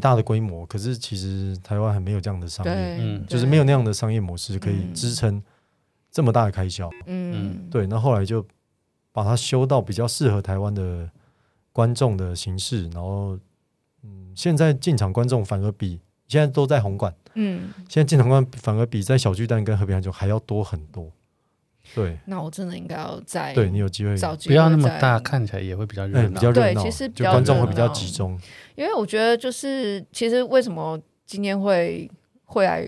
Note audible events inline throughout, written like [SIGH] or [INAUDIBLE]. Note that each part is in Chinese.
大的规模，可是其实台湾还没有这样的商业，嗯就是没有那样的商业模式可以支撑这么大的开销。嗯，对，那后来就把它修到比较适合台湾的观众的形式，然后嗯，现在进场观众反而比现在都在红馆，嗯，现在进场观众反而比在小巨蛋跟和平篮球还要多很多。对，那我真的应该要再对你有机会，找哎，机会不要那么再大，看起来也会比较热闹。嗯比较热啊对闹，其实比就较观众热会比较闹集中。因为我觉得就是其实为什么今天会会来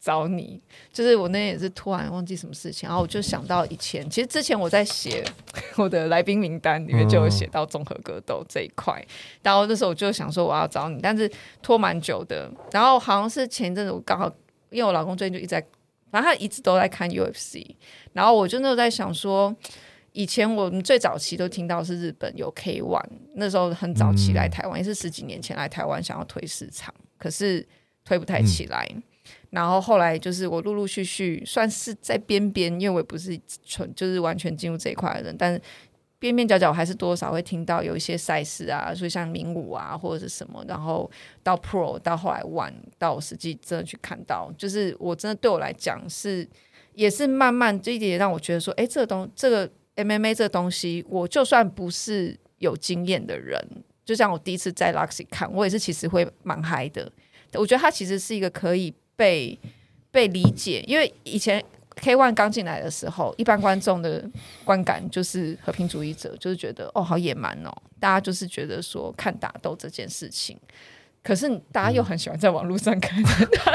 找你，就是我那天也是突然忘记什么事情，然后我就想到以前，其实之前我在写 [LAUGHS] 我的来宾名单里面就嗯有写到综合格斗这一块，然后那时候我就想说我要找你，但是拖蛮久的，然后好像是前一阵子我刚好因为我老公最近就一直在，反正他一直都在看 UFC，然后我就那时候在想说。以前我们最早期都听到是日本有 K One，那时候很早期来台湾，也是十几年前来台湾想要推市场，可是推不太起来。然后后来就是我陆陆续续算是在边边，因为我也不是纯就是完全进入这一块的人，但是边边角角我还是多少会听到有一些赛事啊，所以像名舞啊或者是什么，然后到 Pro 到后来 One 到我实际真的去看到，就是我真的对我来讲是也是慢慢这一点让我觉得说，哎，这个东这个 MMA 这个东西，我就算不是有经验的人，就像我第一次在 Luxy 看，我也是其实会蛮嗨的。我觉得它其实是一个可以被被理解，因为以前 K One 刚进来的时候，一般观众的观感就是和平主义者，就是觉得哦好野蛮哦，大家就是觉得说看打斗这件事情。可是大嗯家又很喜欢在网络上看， [LAUGHS]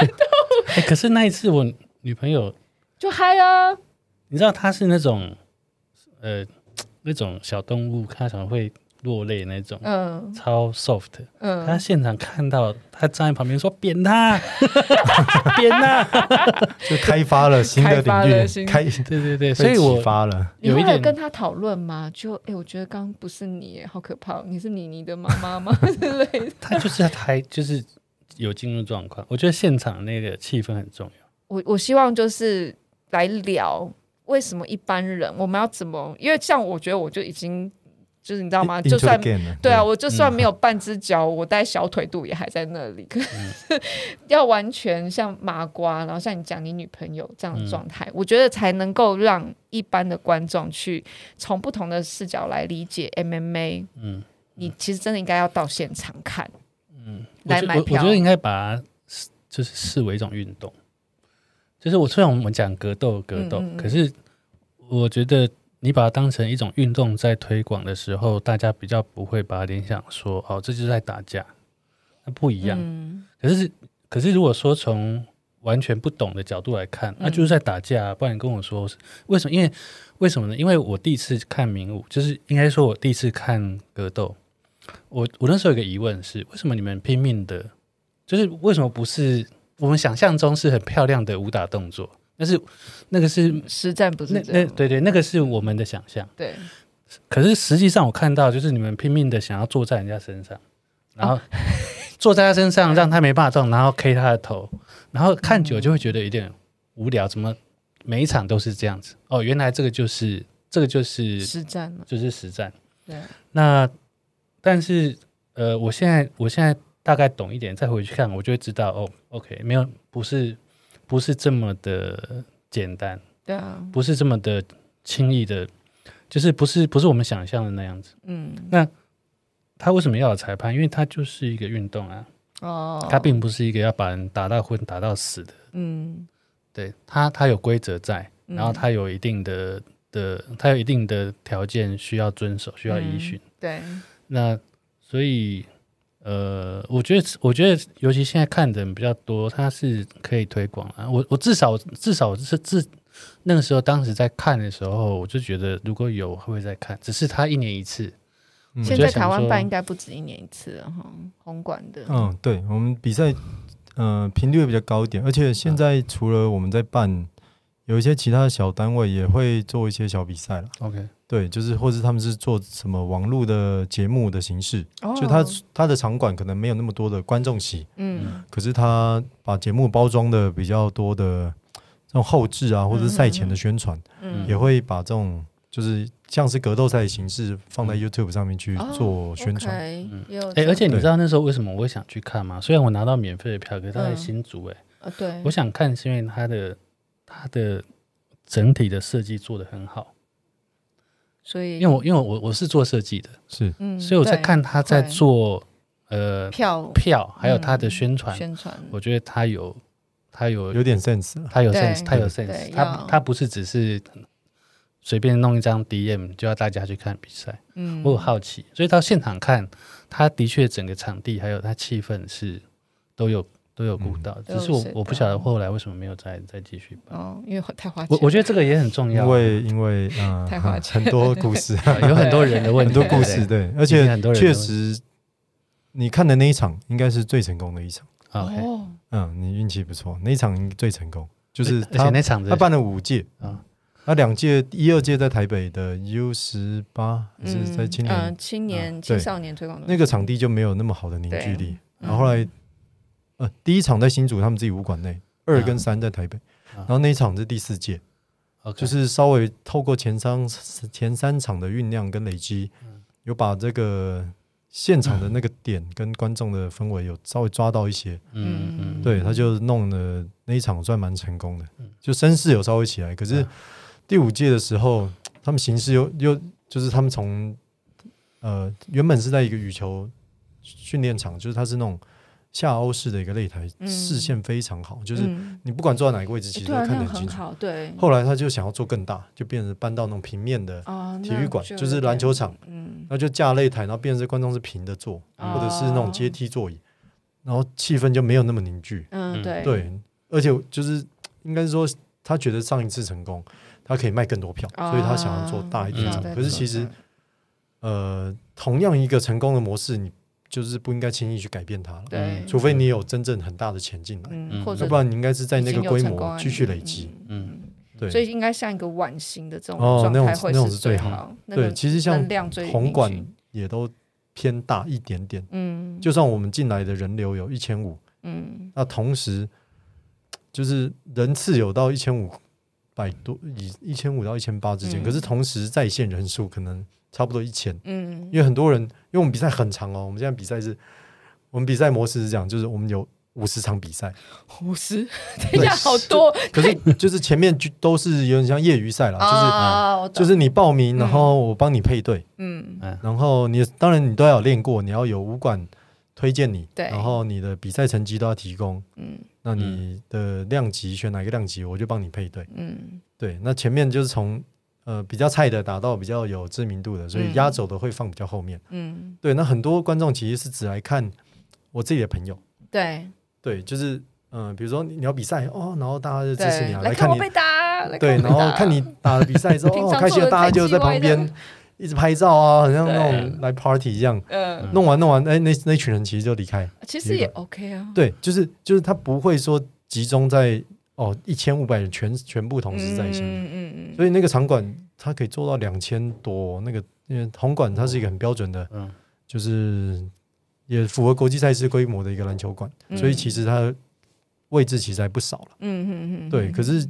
哎、可是那一次我女朋友，就嗨啊！你知道她是那种呃那种小动物，她常会落泪那种，嗯超 soft。嗯，她现场看到，她站在旁边说扁他， [LAUGHS] [LAUGHS] 扁他。就开发了新的开发领了域，新开对对对，[LAUGHS] 所被以启我发了。你有后一来点跟他讨论吗？就哎、诶我觉得刚刚不是你耶，好可怕哦！你是妮妮的妈妈吗 [LAUGHS] 之类的？他就是还就是有进入状况。我觉得现场那个气氛很重要。我我希望就是来聊为什么一般人我们要怎么？因为像我觉得我就已经就是你知道吗？ In- 就 into 算 the game 了对嗯啊，，我就算没有半只脚，我带小腿肚也还在那里。可是嗯 [LAUGHS] 要完全像麻瓜，然后像你讲你女朋友这样嗯的状态，我觉得才能够让一般的观众去从不同的视角来理解 MMA。嗯你其实真的应该要到现场看。嗯，来我觉买我我票觉得应该把它视就是视为一种运动。就是我虽然我们讲格斗格斗，嗯嗯嗯可是我觉得你把它当成一种运动在推广的时候，大家比较不会把它联想说哦，这就是在打架，那不一样。嗯可是可是如果说从完全不懂的角度来看，嗯那、就是在打架、啊。不然你跟我说是为什么？因为为什么呢？因为我第一次看民舞，就是应该说我第一次看格斗，我我那时候有个疑问是：为什么你们拼命的？就是为什么不是我们想象中是很漂亮的武打动作？但是那个是实战不那是这那样。对对，那个是我们的想象。对，可是实际上我看到，就是你们拼命的想要坐在人家身上，然后 [LAUGHS] 坐在他身上，让他没办法动，然后 K 他的头，然后看久就会觉得有点无聊，怎么每一场都是这样子？哦，原来这个就是这个就是实战嘛，就是实战。对，那但是呃，我现在我现在大概懂一点，再回去看，我就会知道哦，OK，没有不是不是这么的简单，对啊，不是这么的轻易的，就是不是不是我们想象的那样子。嗯，他为什么要有裁判？因为他就是一个运动啊，哦，他并不是一个要把人打到昏、打到死的。嗯，对他，他有规则在，嗯然后他有一定的的，他有一定的条件需要遵嗯守，需要嗯依循。对，那所以，呃，我觉得，我觉得，尤其现在看的人比较多，他是可以推广啊。我我至少至少是自那个时候，当时在看的时候，我就觉得如果有我会再看，只是他一年一次。嗯现我在就想台湾说办应该不止一年一次了哈，红馆的，嗯，对，我们比赛，呃，频率会比较高一点，而且嗯现在除了我们在办，有一些其他的小单位也会做一些小比赛了。 OK，对，就是或是他们是做什么网络的节目的形式，哦就他他的场馆可能没有那么多的观众席，嗯可是他把节目包装的比较多的这种后置啊，或者是赛前的宣传，嗯也会把这种就是像是格斗赛的形式放在 YouTube 上面去哦做宣传。 OK，嗯也有这哎、样，而且你对知道那时候为什么我会想去看吗？虽然我拿到免费的票，可是他在嗯新竹、哎、啊，对，我想看是因为他的他的整体的设计做得很好，所以因为我因为我我是做设计的，是嗯，所以我在对看他在对做呃票票，还有他的嗯宣传，宣传，我觉得他有他有有点 sense 啊。他有对 sense，他有对 sense，要他他不是只是随便弄一张 DM 就要大家去看比赛，嗯，我有好奇，所以到现场看，他的确整个场地还有他气氛是都有都有顾到，嗯只是我都有我不晓得知道后来为什么没有再再继续办。哦，因为太花钱我，我觉得这个也很重要因，为因为嗯、太花呃，钱很多故事，呃有很多人的问 [LAUGHS] 很题，多故对事，不对对，而一且定很多人都确实，你看的那一场应该是最成功的一场。 OK，哦，嗯，你运气不错，那一场最成功，就是而且他那场子他办了五届啊啊，那两届一二届在台北的 U 十八是嗯在青呃年青年啊青对少年推广中那个场地就没有那么好的凝聚力，然后后来呃第一场在新竹他们自己武馆内，二跟三在台北，啊然后那一场是第四届， OK，就是稍微透过前三前三场的酝酿跟累积，有把这个现场的那个点跟观众的氛围有稍微抓到一些，嗯嗯，对，他就弄了那一场算蛮成功的，就声势有稍微起来。可是嗯第五届的时候，他们形势又又就是他们从呃原本是在一个羽球训练场，就是它是那种下欧式的一个擂台，嗯视线非常好，就就是你不管坐在哪个位置，其实都嗯对啊，那看得样很清很楚。好，对，后来他就想要做更大，就变成搬到那种平面的，哦，体那育馆有就是点篮球场，嗯，那就架擂台，然后变成是观众是平的坐，哦或者是那种阶梯，梯座椅，然后气氛就没有那么凝聚。嗯，嗯对，对，而且就是应该说，他觉得上一次成功，他可以卖更多票，啊，所以他想要做大一点嗯的要场。再可是做其实大，呃，同样一个成功的模式，你就是不应该轻易去改变它了，对，除非你有真正很大的钱进来，嗯，嗯或要者要不然你应该是在已那经个有规成功模案继例续累嗯积。嗯对，所以应该像一个碗形的这种哦状那种态是会那种是是最好好。那对个其实像能量最红凝馆聚也都偏大一点点。嗯，就算我们进来的人流有一千五，嗯那同时就是人次有到一千五百多，以一千五到一千八之间，嗯可是同时在线人数可能差不多一千，嗯因为很多人，因为我们比赛很长哦，我们现在比赛是，我们比赛模式是这样，就是我们有五十场比赛， [LAUGHS] 五十，等一下好多可是就是前面就都是有点像业余赛啦，就是。啊，我懂就是你报名，嗯然后我帮你配对，嗯然后你当然你都要有练过，你要有武馆推荐你，对然后你的比赛成绩都要提供，嗯那你的量级选哪一个量级，我就帮你配对。嗯对，那前面就是从呃比较菜的打到比较有知名度的，所以嗯压轴的会放比较后面。嗯，对，那很多观众其实是只来看我自己的朋友，对对，就是嗯、呃比如说你要比赛哦，然后大家就支持对你啊，，来看看我你被打，来对，我被然后打看你打了比赛 [LAUGHS] 之后，平哦，常开心做了，得大家太就叽在歪旁的边一直拍照啊，好像那种对来 party 一样。嗯，弄完弄完，哎，那那群人其实就离开。其实也 OK 啊，对，就是就是他不会说集中在哦一千五百人全全部同时在线，嗯嗯嗯所以那个场馆它可以做到两千多，那个因为红馆它是一个很标准的，嗯就是也符合国际赛事规模的一个篮球馆，嗯，所以其实它位置其实还不少了。嗯嗯嗯，对，可是是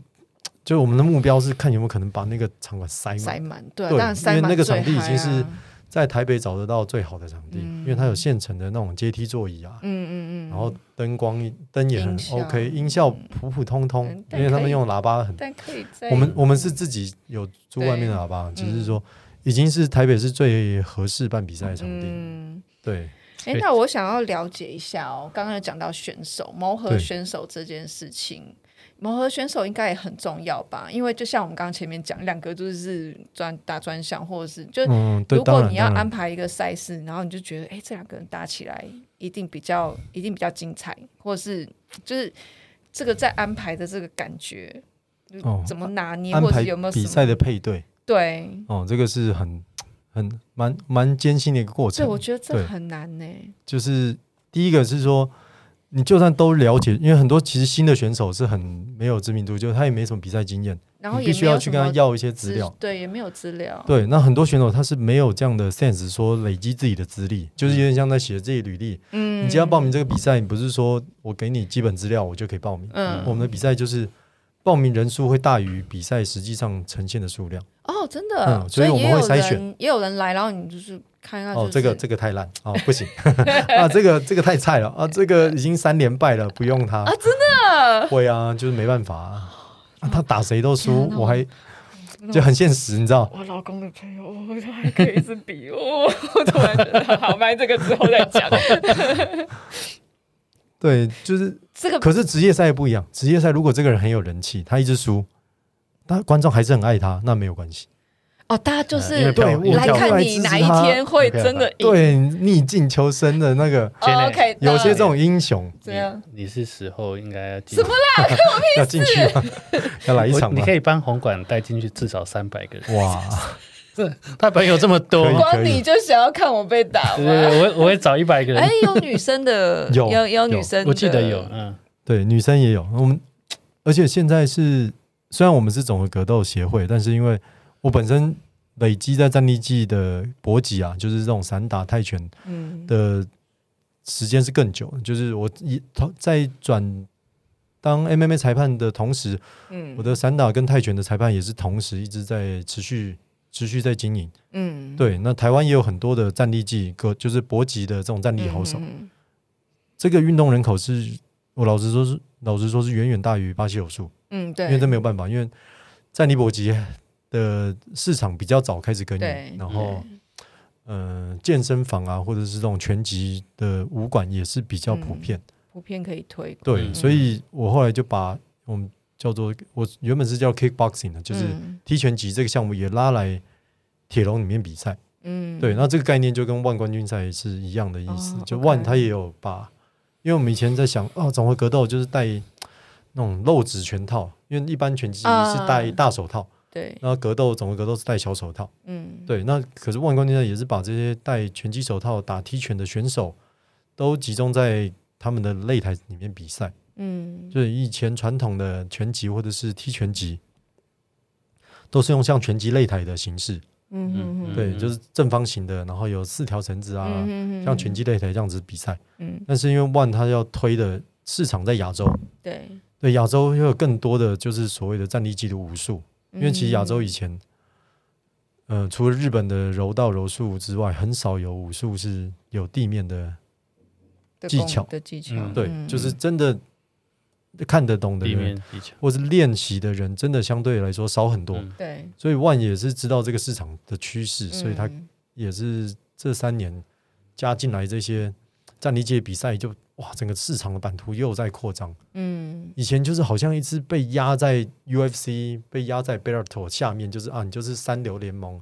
就我们的目标是看有没有可能把那个场馆塞满，塞满，对啊，对当然塞因为满那个最场地已嗨经是啊在台北找得到最好的场地，嗯因为它有现成的那种阶梯座椅啊，嗯嗯嗯，然后灯光灯也很音效 OK，音效普普通通嗯，因但为他可们以用喇叭很。但可以嗯在我们我们是自己有租外面的喇叭，只是说已经是台北是最合适办比赛的场地。嗯。对，哎、对那我想要了解一下哦，刚刚有讲到选手磨合对选手这件事情，磨合选手应该也很重要吧？因为就像我们刚刚前面讲，两个就是专打专项，或者是就嗯，对，如当果然你要当安然，排一个赛事，然后你就觉得，哎、这两个人打起来一定比较一定比较精彩，或者是就是这个在安排的这个感觉哦，怎么拿捏，安或者排是有没有什比么赛的配对对？哦，这个是很很蛮蛮艰辛的一个过所以我程。觉得这对很难呢、就是第一个是说，你就算都了解，因为很多其实新的选手是很没有知名度，就是他也没什么比赛经验，然后你也必须没有要去什跟他么要一些资料。对，也没有资料，对，那很多选手他是没有这样的 sense，说累积自己的资历，就是有点像在写自己履历。嗯，你今天要报名这个比赛，你不是说我给你基本资料我就可以报名，嗯我们的比赛就是报名人数会大于比赛实际上呈现的数量。哦，真的，嗯所所以我也们有会筛人选也有人来，然后你就是看一下、就是哦，这个这个太烂哦，不行 [LAUGHS] 啊，这个这个太菜了啊，这个已经三连败了，不用他啊，真的会啊，就是没办法啊，啊他打谁都输天，哪我还就很现实，你知道。我老公的朋友，我他还可以一直比哦， [LAUGHS] 我突然觉得好，卖这个之后再讲。对，就是， [LAUGHS] 这 [LAUGHS] 个可是职业赛不一样。职业赛如果这个人很有人气，他一直输，但观众还是很爱他，那没有关系。哦，大家就呃因是为票对，我来跳出看来你支持哪一他天会真的赢。对逆境求生的那个，哦，OK，有些这这种英雄这样你你是时候应该要进去要进去吗？要来一我场你吗？可以帮红馆带进去至少三百个人，哇，他朋友这么多可以，光你就想要看我被打对对吗？对，我会我会找一百个哎人，，有女生 [LAUGHS] 的，有有有女有生的，我记得有，嗯，对，女生也有。我们而且现在是，虽然我们是总合格斗协会，但是因为我本身累积在战力技的搏击啊，就是这种散打、泰拳嗯，的时间是更久的。就是我一同在转当 MMA 裁判的同时，嗯我的散打跟泰拳的裁判也是同时一直在持续持续在经营。嗯，对，那台湾也有很多的战力技，各就是搏击的这种战力好手。嗯这个运动人口是，我老实说是，老实说是远远大于巴西柔术，嗯，因对，为这没有办法，因为战力搏击的市场比较早开始耕对耘，然后嗯、呃健身房啊，或者是这种拳击的武馆也是比较普遍。普遍可以推广，对，嗯所以我后来就把我们叫做我原本是叫 kickboxing 的，就是嗯踢拳击这个项目也拉来铁笼里面比赛。嗯，对，那这个概念就跟万冠军赛是一样的意思，哦就 OK 万它也有把，因为我们以前在想，哦，总会格斗就是戴那种露指拳套，因为一般拳击是戴啊大手套，对，然后格斗总会格斗是戴小手套。嗯，对，那可是万冠军赛也是把这些戴拳击手套打踢拳的选手都集中在他们的擂台里面比赛，嗯，就是以前传统的拳击或者是踢拳击。都是用像拳击擂台的形式，嗯嗯对，嗯就是正方形的，然后有四条绳子啊，嗯，像拳击擂台这样子比赛。嗯，但是因为 One 它要推的市场在亚洲，对，对亚洲又有更多的就是所谓的战力技的武术，因为其实亚洲嗯以前，呃，除了日本的柔道柔术之外，很少有武术是有地面的，的技功巧的技巧，嗯对，嗯就是真的看得懂的地面人，技巧或是练习的人，真的相对来说少很多。嗯对，所以 One 也是知道这个市场的趋势，所以它嗯也是这三年加进来这些战力界比赛就，哇，整个市场的版图又在扩张。嗯以前就是好像一直被压在 UFC、被压在 Bellator 下面，就是啊，你就是三流联盟，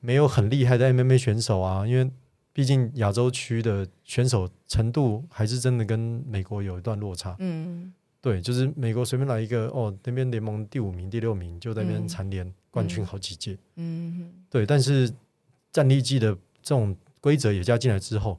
没有很厉害的 MMA 选手啊，因为毕竟亚洲区的选手程度还是真的跟美国有一段落差。嗯对，就是美国随便来一个哦，那边联盟第五名、第六名就在那边嗯蝉联冠军嗯好几届。嗯对，但是战力技的这种规则也加进来之后，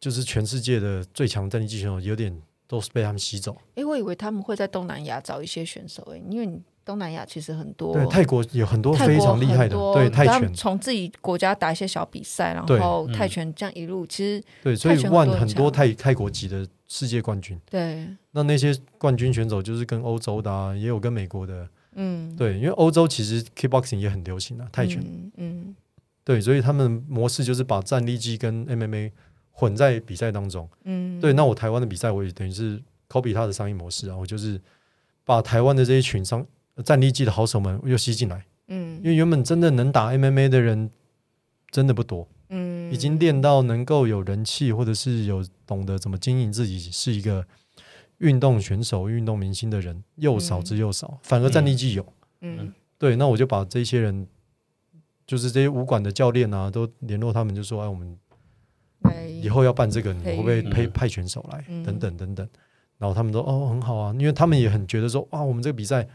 就是全世界的最强战力技选手有点都是被他们吸走。哎，我以为他们会在东南亚找一些选手，哎，因为你东南亚其实很多对，泰国有很多泰非国常厉害很的，多对泰他拳们，从自己国家打一些小比赛，然对后嗯泰拳这样一路，其实对，所以拳很万多很很多强泰泰国籍的世界冠军。对，那那些冠军选手就是跟欧洲的、啊，也有跟美国的，嗯，对，因为欧洲其实 kickboxing 也很流行啊，泰拳，嗯，嗯对，所以他们模式就是把战力技跟 MMA 混在比赛当中。嗯，对，那我台湾的比赛，我也等于是 copy 他的商业模式啊，我就是把台湾的这一群商呃战力技的好手们又吸进来，嗯因为原本真的能打 MMA 的人真的不多，嗯已经练到能够有人气，或者是有懂得怎么经营自己，是一个运动选手、运动明星的人又少之又少，反而战力技有。嗯对，那我就把这些人，就是这些武馆的教练啊，都联络他们，就说：“哎，我们来以后要办这个，你可以会不会配嗯派选手来？嗯等等等等。然后他们都哦很好啊，因为他们也很觉得说哇，我们这个比赛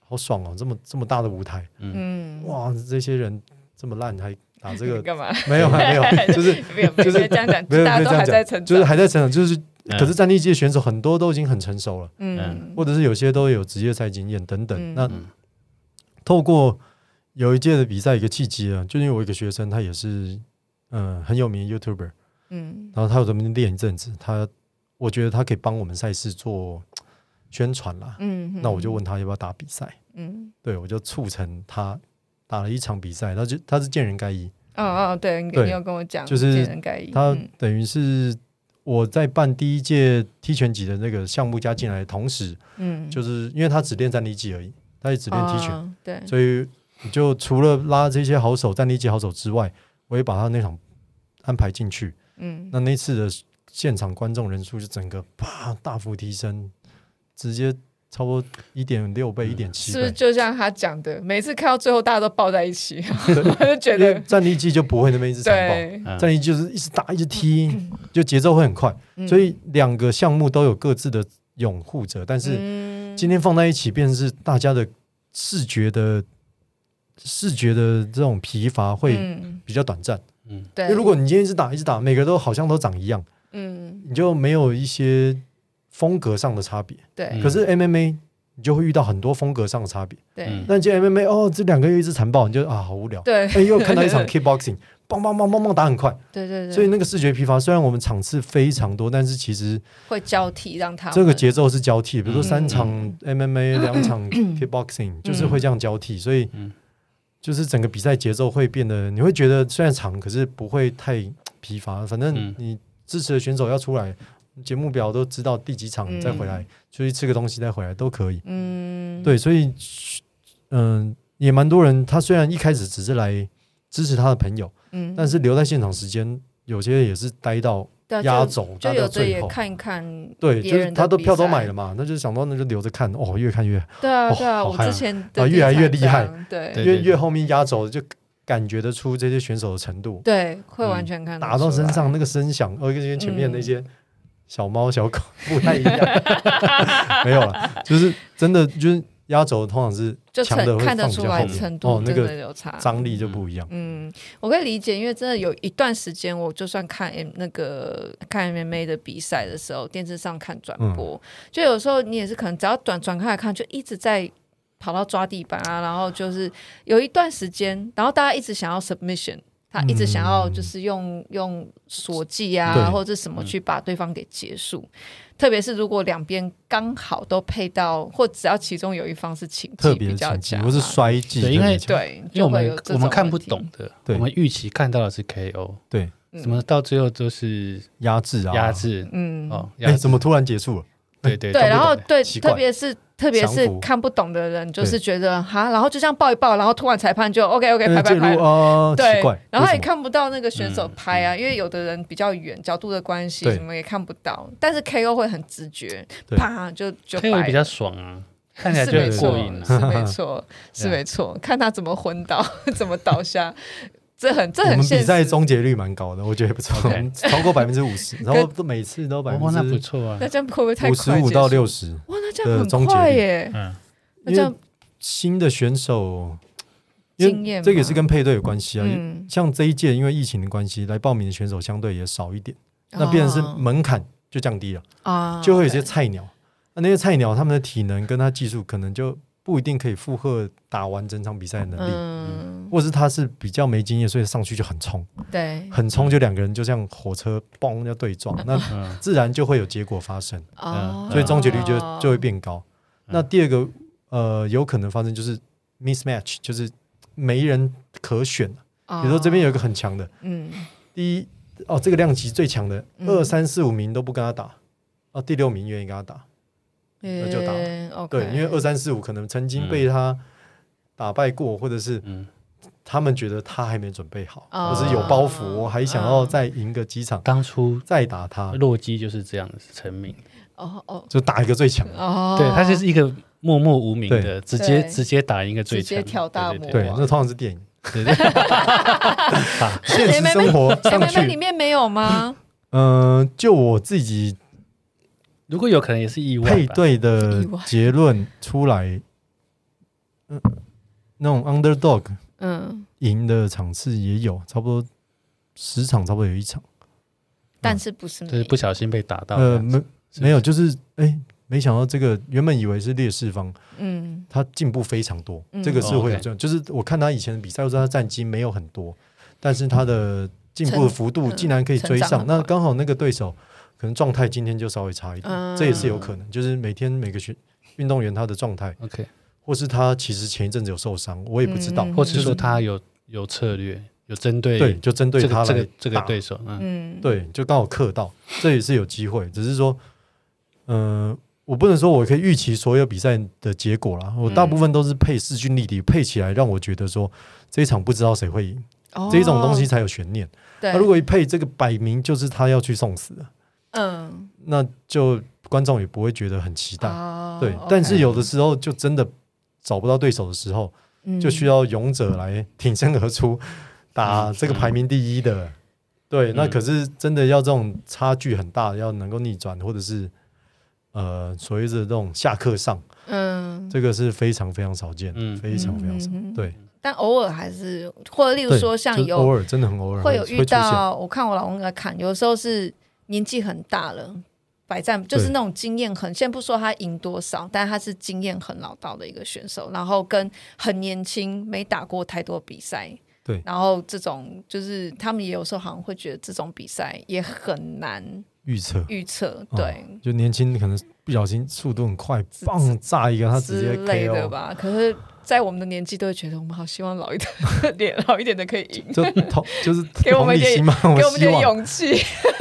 好爽哦，这么这么大的舞台，嗯哇，这些人这么烂还打这 [LAUGHS] 个，干嘛？没有啊没有， [LAUGHS] 就是没有， [LAUGHS] 就是这样讲，没有大没有家都这还样在讲，成就是长，还在成长，就是嗯可是战力界选手很多都已经很成熟了，嗯，或者是有些都有职业赛经验等等。嗯那透过有一届的比赛一个契机啊，就因为我一个学生，他也是嗯、呃很有名的 YouTuber，嗯然后他有在那边练一阵子，他我觉得他可以帮我们赛事做宣传啦。嗯，那我就问他要不要打比赛，嗯，对我就促成他打了一场比赛，他就他是见人盖伊，嗯，哦哦，对，你对你有跟我讲，就是见人盖伊，他嗯等于是我在办第一届踢拳击的那个项目加进来的同时，嗯，就是因为他只练战力技而已，他也只练踢拳，哦对，所以你就除了拉这些好手、战力技好手之外，我也把他那场安排进去。嗯，那那次的现场观众人数就整个啪大幅提升，直接差不多一点六倍、一点七是不是倍。就像他讲的，每次看到最后大家都抱在一起， [LAUGHS] 我就觉因为得战力技就不会那么一直残暴，对，嗯战力技就是一直打一直踢，就节奏会很快。嗯所以两个项目都有各自的拥护者，但是嗯今天放在一起，便是大家的视觉的视觉的这种疲乏会嗯比较短暂。嗯，因对，为如果你今天一直打一直打，每个都好像都长一样，嗯你就没有一些风格上的差别。对嗯可是 MMA 你就会遇到很多风格上的差别。对嗯那你今天 MMA 哦，这两个又一直残暴，你就啊好无聊。对哎，又看到一 [LAUGHS] 场 kickboxing，梆梆梆梆梆打很快，对对对，所以那个视觉疲乏，虽然我们场次非常多，但是其实会交替让他们这个节奏是交替，比如说三场嗯 [CLEARS THROAT] MMA，两场 kickboxing，就是会这样交替，所以嗯就是整个比赛节奏会变得，你会觉得虽然长，可是不会太疲乏。反正嗯你支持的选手要出来，节目表都知道第几场嗯再回来，出去吃个东西再回来都可以。嗯，对，所以嗯，也蛮多人，他虽然一开始只是来支持他的朋友，嗯，但是留在现场时间，有些也是待到对啊压就轴，就待有到的最也后。看一看，对，别就是人他的都比票都赛买了嘛，那就想到那就留着看哦，越看越对啊哦对啊，好我嗨之啊前的啊越来立场越厉害这样，对对越越后面压轴就感觉得出这些选手的程度，对，会嗯完全看得打到出身来上那个声响，而跟前面嗯那些小猫小狗 [LAUGHS] 不太一样，没有了，就是真的就是压轴通常是就强程的会看得放比出较来后面程哦度，那真的个有差。张力就不一样，嗯，我可以理解，因为真的有一段时间，我就算看 M 那个看 MMA 的比赛的时候，电视上看转嗯播，就有时候你也是可能只要转转开来看，就一直在跑到抓地板啊，然后就是有一段时间，然后大家一直想要 submission。他一直想要嗯就是用、用锁技对啊，或者什么去把对方给结束，特别是如果两边刚好都配到，或只要其中有一方是擒技特别比较的情景强啊，或是摔技特对别因为强，对，因为我就会有们这种我们看不问题懂的，对我们预期看到的是 KO，对嗯怎么到最后都是压制啊，压，制嗯，哦，压哎， [LAUGHS] 制怎么突然结束了？对对对，看不然后懂对，欸奇怪特别是特别是降服看不懂的人，就对是觉得哈，然后就这样抱一抱，然后突然裁判就 OK OK 嗯拍介拍拍入，啊，对奇怪，，然后为他什也么看不到那个选手嗯拍啊，因为有的人比较远，角度的关系对什么也看不到，但是 KO 会很直觉，对啪就就 KO 白比了。较爽啊，看起来是就没很错过瘾，啊。是 [LAUGHS] 没错，是啊没错，看他怎么昏倒， [LAUGHS] 怎么倒下，这很这我很们现比实。赛终结率蛮高的，我觉得不错，我 OK 们超过百分之五 [LAUGHS] 十，然后都每次都百哦，那分不之错啊那，这样会不会太五十快？五到，六十，哇，那这样的终很结快率耶！嗯，那因这为样新的选手，经因为验这个也嘛是跟配对有关系啊。嗯，像这一届因为疫情的关系，来报名的选手相对也少一点，那变成是哦门槛就降低了，啊，就会有 OK 些菜鸟。啊那那些菜鸟他们的体能跟他技术可能就不一定可以负荷打完整场比赛的能力，嗯，或是他是比较没经验，所以上去就很冲，对，很冲就两个人就像火车嘣要对撞，那嗯自然就会有结果发生。哦，呃所以终结率就就会变高。嗯那第二个呃，有可能发生就是 mismatch，就是没人可选。哦。比如说这边有一个很强的，嗯，第一哦，这个量级最强的，嗯二三四五名都不跟他打，哦，第六名愿意跟他打。那就打了了对，因为二三四五可能曾经嗯被他打败过，或者是嗯，他们觉得他还没准备好，哦或是有包袱，我还想要嗯再赢个几场当初再打他，洛基就是这样成名，哦哦就打一个最强的。哦，对他就是一个默默无名的，直接对直接打赢一个最直接强，挑大对魔对，哇那通常是电 [LAUGHS] 影，对对 [LAUGHS] 对现实生活哎，上妹妹里去。面没 [LAUGHS] 有吗？嗯，就我自己如果有可能也是意外吧配，对的意外结论出来，嗯，那种 underdog 嗯，赢的场次也有，差不多十场，差不多有一场。但是不是就是你不小心被打到，呃，没是没有，就是哎、没想到这个原本以为是劣势方，嗯他进步非常多，嗯这个是会有哦，OK 这样。就是我看他以前的比赛，我知道他战绩没有很多，但是他的进步的幅度成竟然可以追成长上。很快那刚好那个对手可能状态今天就稍微差一点，嗯这也是有可能。就是每天每个选运动员他的状态， OK，或是他其实前一阵子有受伤，我也不知道，嗯或是说他有有策略，有针对对，就针对这他来个这个这个打对手，嗯嗯，对，就刚好克到，这也是有机会。只是说，嗯、我不能说我可以预期所有比赛的结果啦。我嗯大部分都是配势均力敌，配起来让我觉得说这一场不知道谁会赢，哦这一种东西，才有悬念。啊对，那如果一配这个摆明就是他要去送死的，嗯，那就观众也不会觉得很期待。哦对 OK 但是有的时候就真的找不到对手的时候，嗯就需要勇者来挺身而出，嗯打这个排名第一的。对，那嗯可是真的要这种差距很大，要能够逆转，或者是呃所谓的这种下课上，嗯，这个是非常非常少见的，嗯非常非常少。嗯嗯嗯对，但偶尔还是，或者例如对说像就是有偶尔真的很偶尔会有遇出现到，我看我老公在看，有时候是年纪很大了，百战就是对那种经验很，先不说他赢多少，但他是经验很老道的一个选手，然后跟很年轻，没打过太多比赛。对然后这种就是他们也有时候好像会觉得这种比赛也很难预测，预测，哦对、就年轻可能不小心速度很快，之棒炸一个，他直之接类的 KO。吧。可是，在我们的年纪都会觉得，我们好希望老一点、点老一点的可以赢，就同就是给我同们一理点心嘛， [LAUGHS] 我给我们希点望勇气。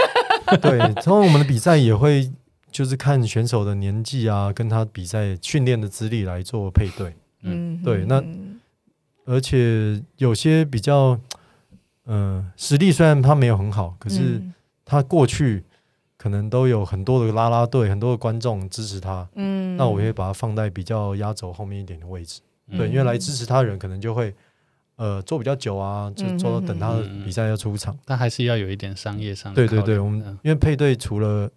[LAUGHS] 对，通常我们的比赛也会就是看选手的年纪啊，跟他比赛训练的资历来做配对，嗯，对那而且有些比较，嗯、实力虽然他没有很好，可是嗯他过去可能都有很多的啦啦队、很多的观众支持他，嗯，那我会把他放在比较压轴后面一点的位置，对，嗯因为来支持他的人可能就会。呃，做比较久啊，就嗯做嗯到等嗯他的嗯比赛要出场。但还是要有一点商业上的对对考对，量我们嗯因为配对除了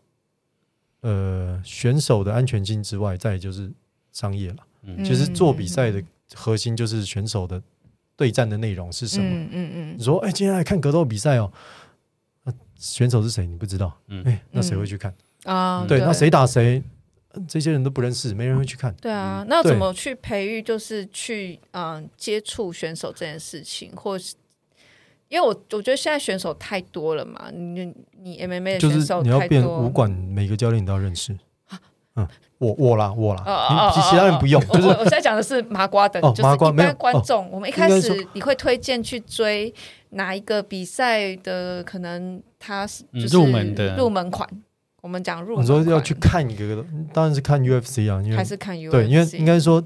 呃选手的安全性之外，再来就是商业了。嗯其实做比赛嗯的核心就是选手的对战的内容是什么。嗯嗯你说，哎，今天来看格斗比赛哦，那选手是谁？你不知道，嗯哎，那谁会去看？嗯啊，对，那谁打谁，呃这些人都不认识，没人会去看。对啊，嗯那对怎么去培育？就是去嗯、接触选手这件事情，或是因为我我觉得现在选手太多了嘛，你你 MMA 的就选是手你要太变多啊武，馆，每个教练你都要认识。嗯，我我啦我啦，哦哦哦啊哦你其其他人不用，我就我是我现在讲的是麻瓜等，哦就是麻瓜一没有般观众。我们一开应该始你会推荐去追哪一个比赛的？可能他是嗯就是入门的入门款，我们讲入你门说款，要去看一个，当然是看 UFC 啊，因为哦还是看 U 对，因为应该说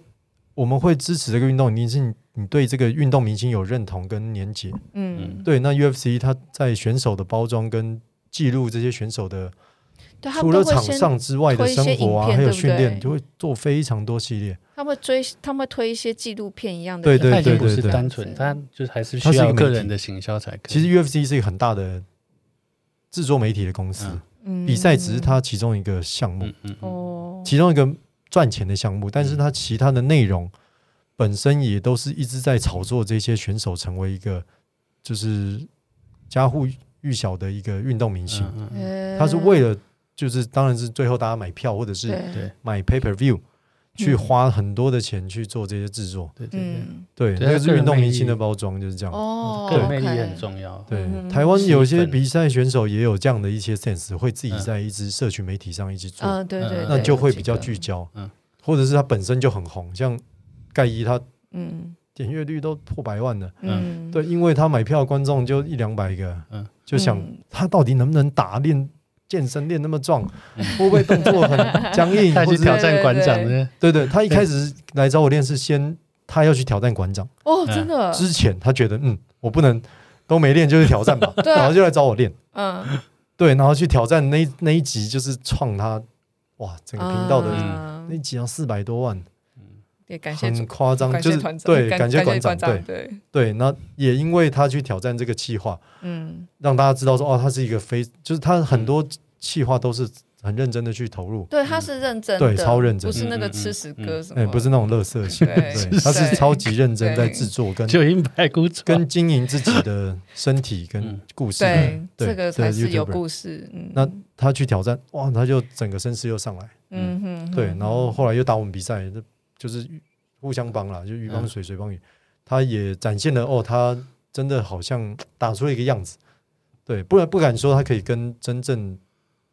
我们会支持这个运动，一定是你你对这个运动明星有认同跟连结。嗯，对，那 UFC 它在选手的包装跟记录这些选手的对，他除们了都会场先上之外的推一些生活啊，影片还有对不训练，对就会做非常多系列。他们追，他们会推一些纪录片一样的对影对片，他已经不对是对单纯，他就是还是它需是一个要媒个体人的行销才可以。其实 UFC 是一个很大的制作媒体的公司，嗯嗯比赛只是它其中一个项目，嗯嗯嗯哦，其中一个赚钱的项目，但是它其他的内容本身也都是一直在炒作这些选手成为一个就是家喻户晓的一个运动明星。嗯嗯呃他是为了就是当然是最后大家买票或者是对对嗯买 pay per view 去花很多的钱去做这些制作，对对对，嗯对，对那个他个是人运动魅明星力的包装就是这样。哦，嗯个人魅力 OK 很重要。对嗯，台湾有些兴奋比赛选手也有这样的一些 sense，会自己嗯在一支社群媒体上一起做，嗯，对对对，那就会有几比较个聚，焦嗯，或者是他本身就很红，像盖伊他嗯点阅率都破百万了，嗯，对，因为他买票观众就一两百个，嗯就想嗯他到底能不能打练健身练那么壮，会不会动作很僵 [LAUGHS] 硬，他或嗯去者挑是战馆长对的，对对，他一开始来找我练是先他要去挑战馆长，哦，嗯真的，之前他觉得嗯我不能都没练就是挑战 [LAUGHS] 吧，对啊然后就来找我练，嗯，对，然后去挑战那一那一集就是创他哇整个频道的、嗯那嗯一集要四百多万，也感谢很主。夸张，感就谢是团长，对感谢谢馆长，对对，对，那也因为他去挑战这个企划，嗯让大家知道说哦他是一个非就是他很多企划都是很认真的去投入，对，他是认真的，嗯对超认真不是那个嗯嗯吃屎哥什哎、么，不是那种乐色型，对对， [LAUGHS] 他是对超级认真在对制作跟就一百股掌。跟经营自己的身体跟嗯故事，对，对这个才对是有 YouTuber 故事，嗯，那他去挑战，哇，他就整个身世又上来，嗯哼，对，然后后来又打我们比赛，就就是互相帮啦，就鱼帮嗯水，水帮鱼，他也展现了哦，他真的好像打出了一个样子，对，不然不敢说他可以跟真正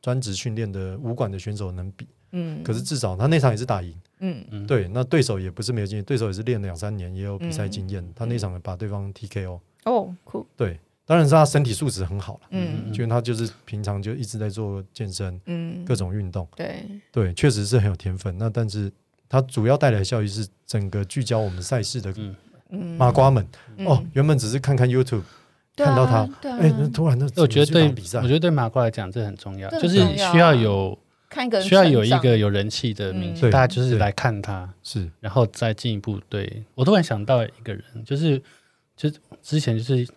专职训练的武馆的选手能比，嗯，可是至少他那场也是打赢。嗯嗯对，那对手也不是没有经验，对手也是练了两三年，也有比赛经验。他那嗯场把对方 TKO，哦酷对，当然是他身体素质很好了，嗯因为他就是平常就一直在做健身，嗯各种运动，对对，确实是很有天分。那但是他主要带来的效益是整个聚焦我们赛事的嗯嗯麻瓜们、嗯哦，原本只是看看 YouTube，对啊看到他对啊哎、那突然那我觉得怎么去对打比赛我觉，得对麻瓜来讲这很重要，这很就是重要啊需要有看一个人需要有一成长个有人气的明嗯星，对大家就是对来看他，是然后再进一步对我突然想到一个人，就是就之前就是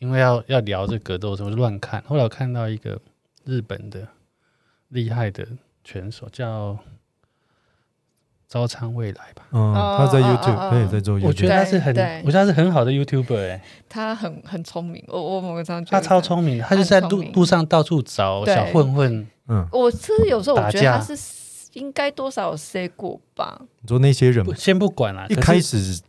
因为要要聊这格斗的时候我就乱看，后来我看到一个日本的厉害的拳手叫朝仓未来吧，嗯，哦他在哦 YouTube，、哦哦他也在做 YouTube，我觉得他是很对对我觉得他是很好的 YouTuber 哎、他很很聪明，我我某个上他超。聪明的，他就在他路很聪明路上到处找对小混混，嗯，我其实有时候我觉得打架他是应该多少有 say 过吧，你说那些人不先不管啦，一可是开始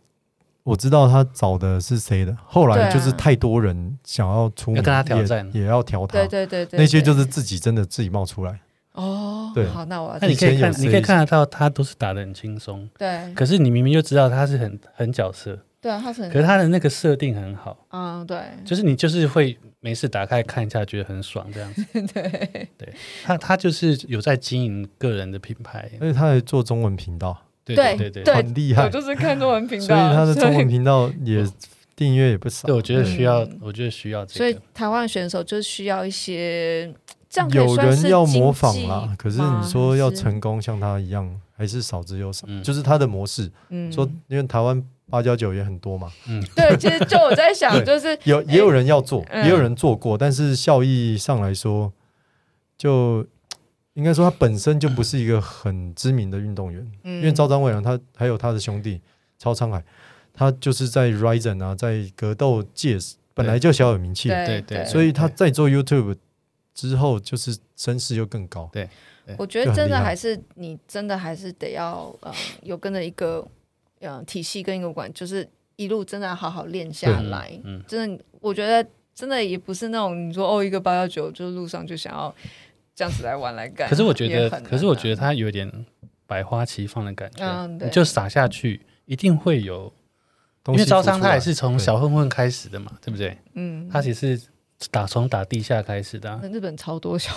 我知道他找的是谁的，后啊来就是太多人想要出名，要跟他挑战也也要调他。对对对对，那些就是是自己真的自己冒出来，哦，对好，那我要那你可以以前有看，谁你可以看得到他都是打得很轻松，对可是你明明就知道他是很很角色，对啊，他是可很是他的那个设定很好，嗯对就是你就是会没事打开看一下，觉得很爽这样子。 [LAUGHS] 对他他就是有在经营个人的品牌，而且他还做中文频道，对对对对对很厉我害，就是看中文频所以道，他的中所以文频道也订阅也不少嗯对，。我觉得需要嗯，我觉得需要所这以个。台湾选手就需要一些这样可以有算是人要竞模仿技啦吗，可是你说要还是成功像他一样，还是少之又少。嗯就是他的模式，嗯说因为台湾八加九也很多嘛，对，其实就我在想， [LAUGHS] 对就是有也有人要做，嗯也有人做过，但是效益上来说，就应该说他本身就不是一个很知名的运动员，因因为赵张伟良他还有他的兄弟超沧海，他就是在 Ryzen 啊，在格斗界本来就小有名气，对对对所以他在做 YouTube 之后，就是声势又更高。我觉就很得真厉的害还是你真的还是得要呃有跟着一个呃体系跟一个管，就是一路真的好好练下嗯来。嗯，真的，我觉得真的也不是那种你说哦一个八幺九，就是路上就想要这样子来玩来干。可是我觉也得，很难啊可是我觉得他有点百花齐放的感觉，嗯，你对，就撒下去一定会有，因因为招商他也是从对小混混开始的嘛，对不对？嗯，他其实是打从打地下开始的啊、那日本超多小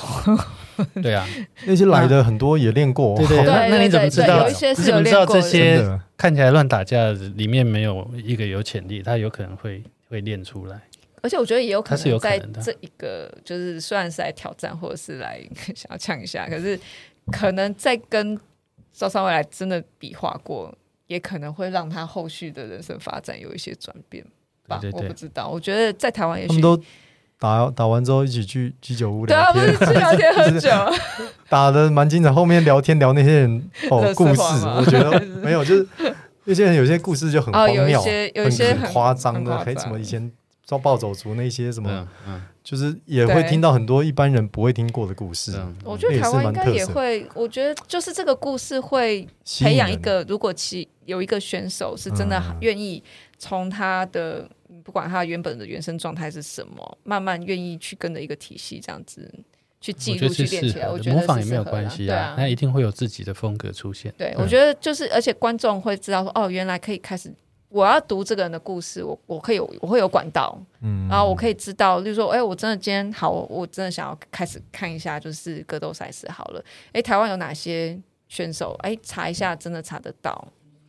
嗯对啊，那些来的很多也练过， [LAUGHS] 对对好对那 [LAUGHS] 对那你对怎么对知对，道有一些你是怎有么知练道过这真的，些的看起来乱打架的里面没有一个有潜力，他有可能会会练出来？而且我觉得也有可它是有能可在能的这一个，就是虽然是来挑战或者是来 [LAUGHS] 想要呛一下，可是可能在跟招商未来真的比划过，也可能会让他后续的人生发展有一些转变吧。对对对我不知道，我觉得在台湾也他们许都打打完之后一起去居酒屋对聊啊，不是天，去聊天喝酒，打的蛮精彩。后面聊天聊那些 [LAUGHS] 人哦乐色故话事，吗我觉 [LAUGHS] 得没有，就是那些人有些故事就很哦，荒有一谬啊，些有一些很夸张很的，夸还张什么以前遭暴走族那些什么，嗯嗯就是也会对听到很多一般人不会听过的故事，嗯，我觉得也是台湾应蛮该特也色会，我觉得就是这个故事会吸引培养一人个，如果其有一个选手是真的嗯愿意从他的、不管他原本的原生状态是什么，慢慢愿意去跟着一个体系这样子去记我觉录、得去是练适起来，我合觉得的，模是仿也没适有合关的系对啊啊，那。一定会有自己的风格出现。对，对我觉得就是，而且观众会知道说，哦，原来可以开始，我要读这个人的故事，我我可以有我会有管道，嗯然后我可以知道，例如说，哎、我真的今天好，我我真的想要开始看一下，就是格斗赛事好了。哎、台湾有哪些选手？哎、查一下，真的查得到。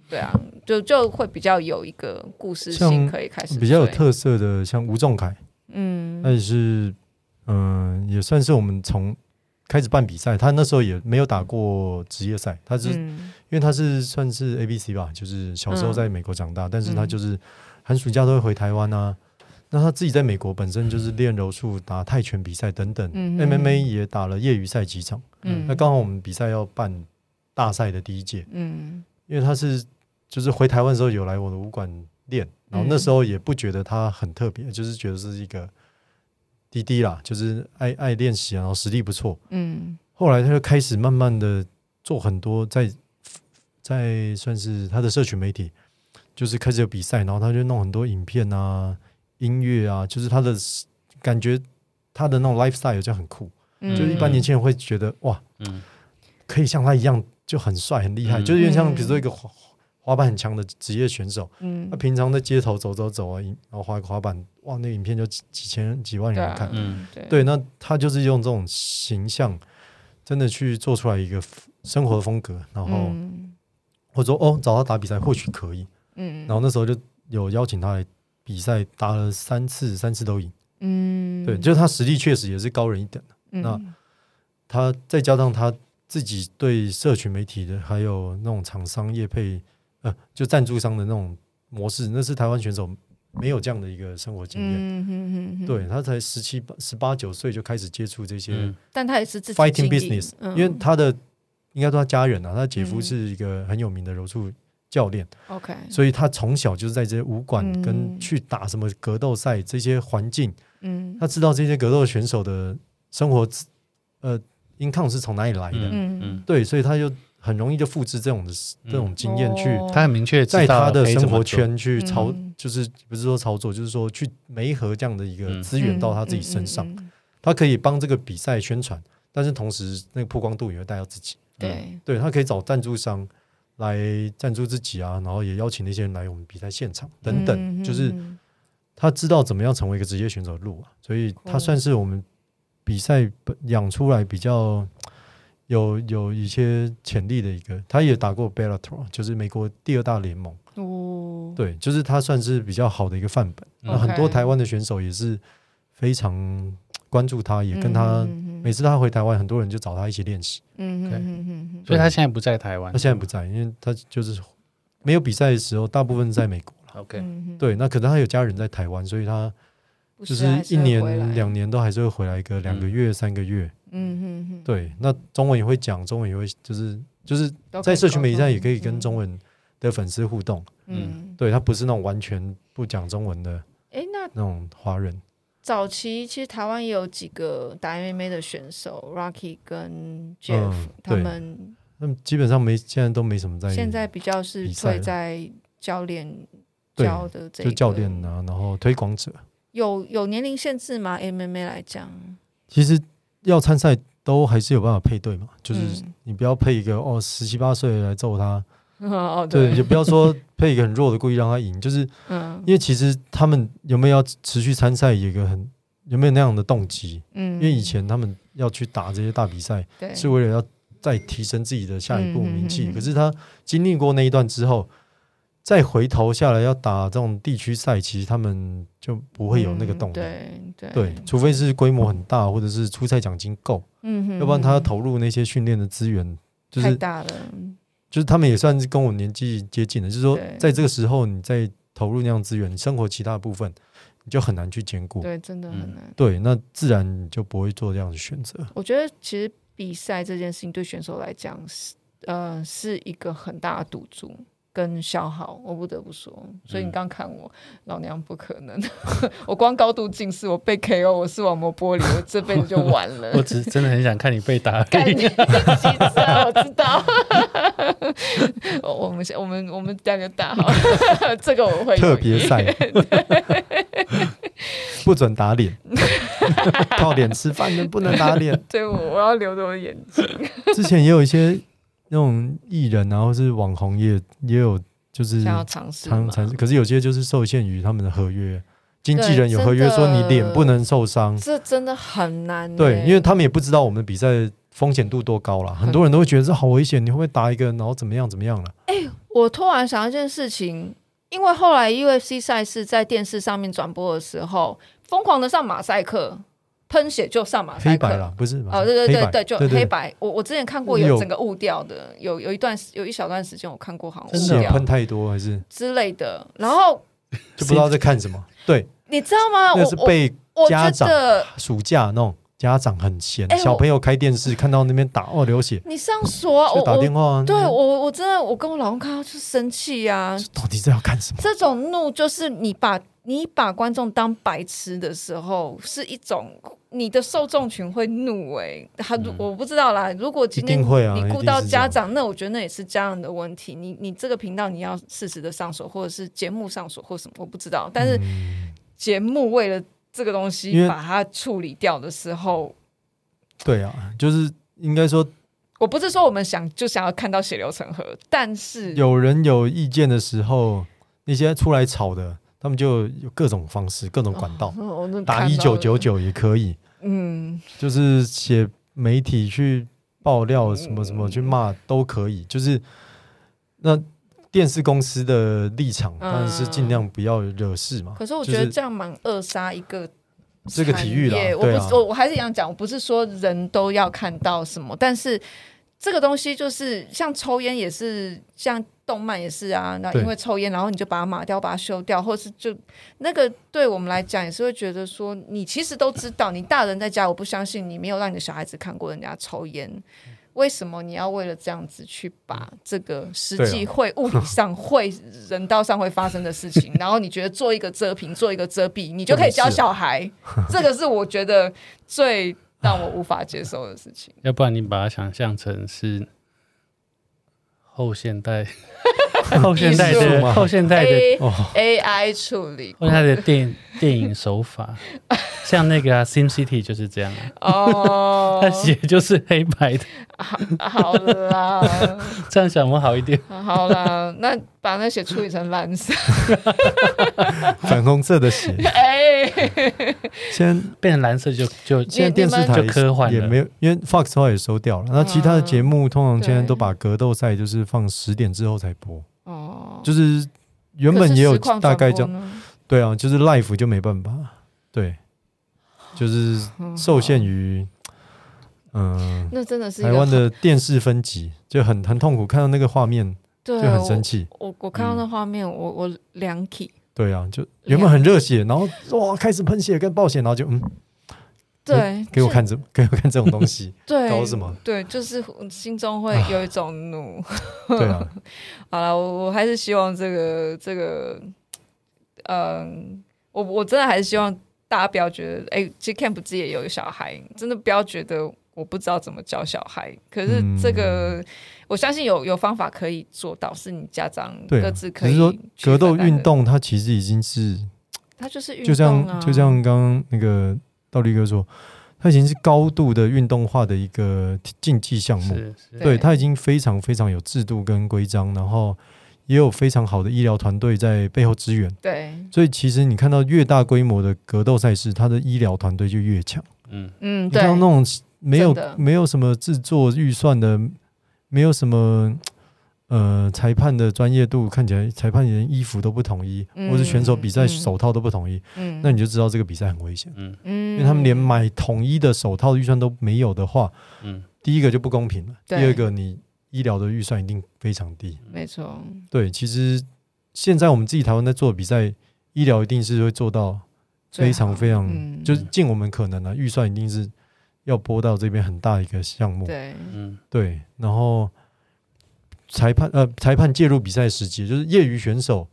对啊，就就会比较有一个故事性像可以开始追，比较有特色的，像吴仲凯，嗯那也是嗯、也算是我们从开始办比赛，他那时候也没有打过职业赛，他是、嗯因为他是算是 A B C 吧，就是小时候嗯在美国长大，但是他嗯就是寒暑假都会回台湾啊。那他自己在美国本身就是练柔术、打泰拳比赛等等、嗯 m m a 也打了业余赛几场。嗯那刚好我们比赛要办大赛的第一届，嗯因为他是就是回台湾的时候有来我的武馆嗯练，然后那时候也不觉得他很特别，就是觉得是一个滴滴啦，就是爱爱练习啊，然后实力不错。嗯后来他就开始慢慢的做很多在在算是他的社群媒体，就是开始有比赛，然后他就弄很多影片啊、音乐啊，就是他的感觉他的那种 lifestyle 就很酷，嗯，就是一般年轻人会觉得哇，嗯，可以像他一样就很帅很厉害，嗯就是有点像嗯比如说一个滑滑板很强的职业选手，嗯他，平常在街头走走走啊，然后滑一个滑板，哇，那个影片就几几千几万对人啊看，，嗯，对对，那他就是用这种形象，真的去做出来一个 f- 生活的风格，然后嗯我说哦，找他打比赛或许可以，嗯然后那时候就有邀请他来比赛，打了三次，三次都赢，嗯，对，就是他实力确实也是高人一等，那嗯他再加上他自己对社群媒体的还有那种厂商业配，呃，就赞助商的那种模式，那是台湾选手没有这样的一个生活经验。嗯嗯嗯，对他才十七八、十八九岁就开始接触这些，嗯但他也是自己 fighting 经营 business，、嗯因为他的应该说他家人啊，他姐夫嗯是一个很有名的柔术教练， OK，所以他从小就是在这些武馆嗯跟去打什么格斗赛这些环境，嗯他知道这些格斗选手的生活资呃 income 是从哪里来的，嗯嗯，对，所以他就很容易就复制这种的嗯这种经验去。哦他很明确在知道他的可以生怎么活做，圈去操，嗯就是不是说操作，就是说去媒合这样的一个嗯资源到他自己身上，，嗯嗯嗯嗯他可以帮这个比赛宣传，但是同时那个曝光度也会带到自己。对，对他可以找赞助商来赞助自己啊，然后也邀请那些人来我们比赛现场等等，嗯就是嗯他知道怎么样成为一个职业选手的路啊，所以他哦算是我们比赛本养出来比较有有一些潜力的一个。他也打过 Bellator，就是美国第二大联盟，哦，对，就是他算是比较好的一个范本。那 OK 很多台湾的选手也是非常关注他，也跟他。嗯每次他回台湾，很多人就找他一起练习。嗯嗯对嗯嗯嗯所以他现在不在台湾，他现在不在，因为他就是没有比赛的时候，大部分在美国。 OK，嗯，对，那可能他有家人在台湾，所以他不就时还是一会年回来，两年都还是会回来个两个月、三个月。嗯嗯嗯，对，那中文也会讲，中文也会就是就是都可以沟通，在社群媒体上也可以跟中文的粉丝互动。嗯，嗯，对他不是那种完全不讲中文的哎，那那种华人。早期其实台湾也有几个打 MMA 的选手，Rocky 跟 Jeff，、嗯，他对，们那么基本上没现在都没什么在现在比较是比赛退了在教练对教的这就个教练啊，嗯然后推广者，有有年龄限制吗？MMA 来讲，其实要参赛都还是有办法配对嘛，就是嗯你不要配一个哦十七八岁来揍他。哦对，也，不要说配一个很弱的故意让他赢，就是嗯因为其实他们有没有要持续参赛，有一个很有没有那样的动机？嗯，因为以前他们要去打这些大比赛，对是为了要再提升自己的下一步名气。嗯嗯嗯嗯可是他经历过那一段之后，再回头下来要打这种地区赛，其实他们就不会有那个动力。嗯对对，除非是规模很大，或者是出赛奖金够，嗯哼，要不然他要嗯投入那些训练的资源，就太是大了，就是他们也算是跟我年纪接近的，就是说对在这个时候你再投入那样资源，你生活其他的部分你就很难去兼顾。对，真的很嗯难。对，那自然你就不会做这样的选择。我觉得其实比赛这件事情对选手来讲是呃是一个很大的赌注跟消耗，我不得不说。所嗯以你刚看我，老娘不可能， [LAUGHS] 我光高度近视，我被 KO，我视网膜玻璃，我这辈子就完我了。只是真的很想看你 [LAUGHS] 被打而嗯干你已。机车，啊我知道。 [LAUGHS] 我我们先我们我们这样就打好了， [LAUGHS] 这个我会特别赛 [LAUGHS] 不准打 [LAUGHS] 脸，靠脸吃饭的不能打脸。对我我要留着我的眼嗯睛。之前也有一些那种艺人啊，或是网红也也有就是想要尝试常嘛，常，可是有些就是受限于他们的合约，经纪对人有真合约说的你脸不能受伤，这真的很难。对，因为他们也不知道我们的比赛风险度多高啦，很多人都会觉得这好危险，你会不会打一个，然后怎么样怎么样了？我突然想到一件事情，因为后来 UFC 赛事在电视上面转播的时候，疯狂的上马赛克，喷血就上马黑赛克白。啦，不是吧？哦，对对黑对白对，就对黑白。我我之前看过有有整个雾掉的，有有一段有一小段时间我看过，好像雾是有掉喷太多还是之类的。然后就不知道在看什么？对，你知道吗？那我个是我被我家觉长得暑假那种家长很闲哎，我小朋友开电视看到那边打哦流血，你上锁，我就打哦我电话啊，对那我我真的我跟我老公看到就生气呀、啊，到底在要看什么？这种怒就是你把你把观众当白痴的时候，是一种你的受众群会怒哎、他、嗯我不知道啦。如果一今天定会啊，你一顾定到是这家样，长，那我觉得那也是家长的问题。你你这个频道你要适时的上锁，或者是节目上锁或什么，我不知道。但是嗯节目为了这个东西因为把它处理掉的时候，对啊，就是应该说我不是说我们想就想要看到血流成河，但是有人有意见的时候，那些出来吵的，他们就有各种方式、各种管道，嗯我 [LAUGHS] 真的看打到一九了九，九也可以，嗯，就是写媒体去爆料什么什么去骂都可以，就是那电视公司的立场当然是尽量不要惹事嘛。可是我觉得就是这样蛮扼杀一个这个体育啦产业我不对是、啊我我还是想讲，我不是说人都要看到什么，但是这个东西就是像抽烟也是，像动漫也是啊。那对因为抽烟，然后你就把它抹掉，把它修掉，或是就那个对我们来讲也是会觉得说，你其实都知道，你大人在家，我不相信你没有让你的小孩子看过人家抽烟。为什么你要为了这样子去把这个实际对啊会、物理上会、人道上会发生的事情， [LAUGHS] 然后你觉得做一个遮屏、做一个遮蔽，你就可以教小孩？ [LAUGHS] 这个是我觉得最让我无法接受的事 [LAUGHS] 情。 [LAUGHS] 要不然你把它想象成是后现代、 [LAUGHS] 后现代艺术的嘛后现 [LAUGHS] 代的 A 哦， AI 处理后现代的电影电影手 [LAUGHS] 法，像那个、啊《Sim City》就是这样、[LAUGHS] 啊，[LAUGHS] 哦它，写就是黑白的， [LAUGHS] 好啦，这样想会好一点。好啦，那把那血处理成蓝 [LAUGHS] 色，粉红色的 [LAUGHS] 血，哎， [LAUGHS] 现在变成蓝色就嗯就现在电视台就科幻了也没有，因为 Fox 后来也收掉嗯了。那其他的节目通常现在都把格斗赛就是放十点之后才播，哦，就是原本也有可是实况大概这转样，播呢，对啊，就是 live 就没办法，对，就是受限于嗯、那真的是一个台湾的电视分级，就很很痛苦，看到那个画面对啊就很嗯生气。我我我看到那画面，我我两起，对啊，就原本很热血，然后哇开始喷血跟暴血，然后就嗯，对，给我就，看这给我看这种东西， [LAUGHS] 对，搞什么？啊对，就是心中会有一种怒。对啊，好了，我我还是希望这个这个，嗯，我我真的还是希望大家不要觉得，哎、其实 Camp 自己也有小孩，真的不要觉得我不知道怎么教小孩。可是这个，嗯我相信有有方法可以做到，是你家长对啊各自可只以是说去格斗分担运的，动它其实已经是它就是运动、啊、就像就像刚刚那个道力哥说，它已经是高度的运动化的一个竞技项目，是是，对，它已经非常非常有制度跟规章，然后也有非常好的医疗团队在背后支援，对，所以其实你看到越大规模的格斗赛事，它的医疗团队就越强。嗯，嗯，你对看，到那种没有真的没有什么制作预算的，没有什么呃裁判的专业度，看起来裁判连衣服都不统一，嗯或者选手比赛嗯手套都不统一，嗯，那你就知道这个比赛很危险，嗯，因为他们连买统一的手套预算都没有的话，嗯，第一个就不公平了，第对嗯二个你医疗的预算一定非常低。没错，对，其实现在我们自己台湾在做的比赛，医疗一定是会做到最非好常非常，嗯就是尽我们可能的、啊预算一定是要拨到这边很大一个项目。对，嗯，对然后裁判呃，裁判介入比赛时机，就是业余选手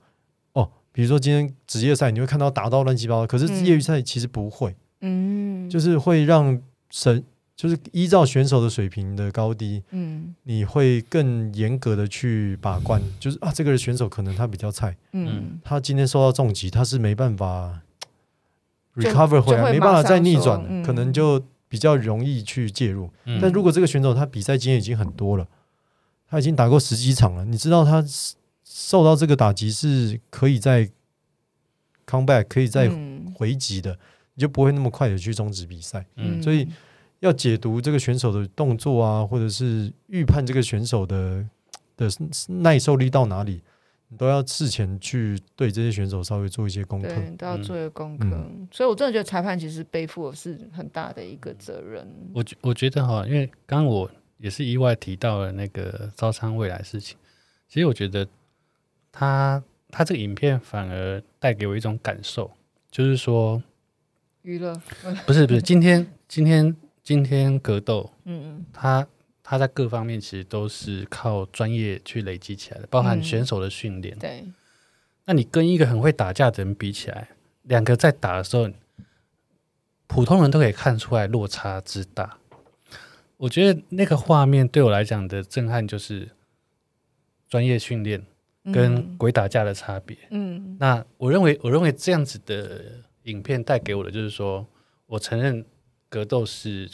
哦，比如说今天职业赛你会看到打到乱七八糟，可是嗯业余赛其实不会，嗯，就是会让审，就是依照选手的水平的高低，嗯你会更严格的去把关，就是啊，这个选手可能他比较菜，嗯，他今天受到重击，他是没办法就 recover 回就会来，没办法再逆马上转说，嗯可能就比较容易去介入。嗯但如果这个选手他比赛经验已经很多了，他已经打过十几场了，你知道他受到这个打击是可以在 comeback 可以再嗯回击的，你就不会那么快的去终止比赛。嗯所以要解读这个选手的动作啊，或者是预判这个选手的的耐受力到哪里，你都要事前去对这些选手稍微做一些功课。对，都要嗯做一个功课。所以我真的觉得裁判其实背负的是很大的一个责任。我觉我觉得哈，因为刚刚我也是意外提到了那个招商未来的事情，其实我觉得他他这个影片反而带给我一种感受，就是说，娱乐，不是不是，今天今天今天格斗，嗯他他在各方面其实都是靠专业去累积起来的，包含嗯选手的训练嗯，。对，那你跟一个很会打架的人比起来，两个在打的时候，普通人都可以看出来落差之大。我觉得那个画面对我来讲的震撼就是专业训练跟鬼打架的差别。嗯那我认为，我认为这样子的影片带给我的就是说，我承认格斗是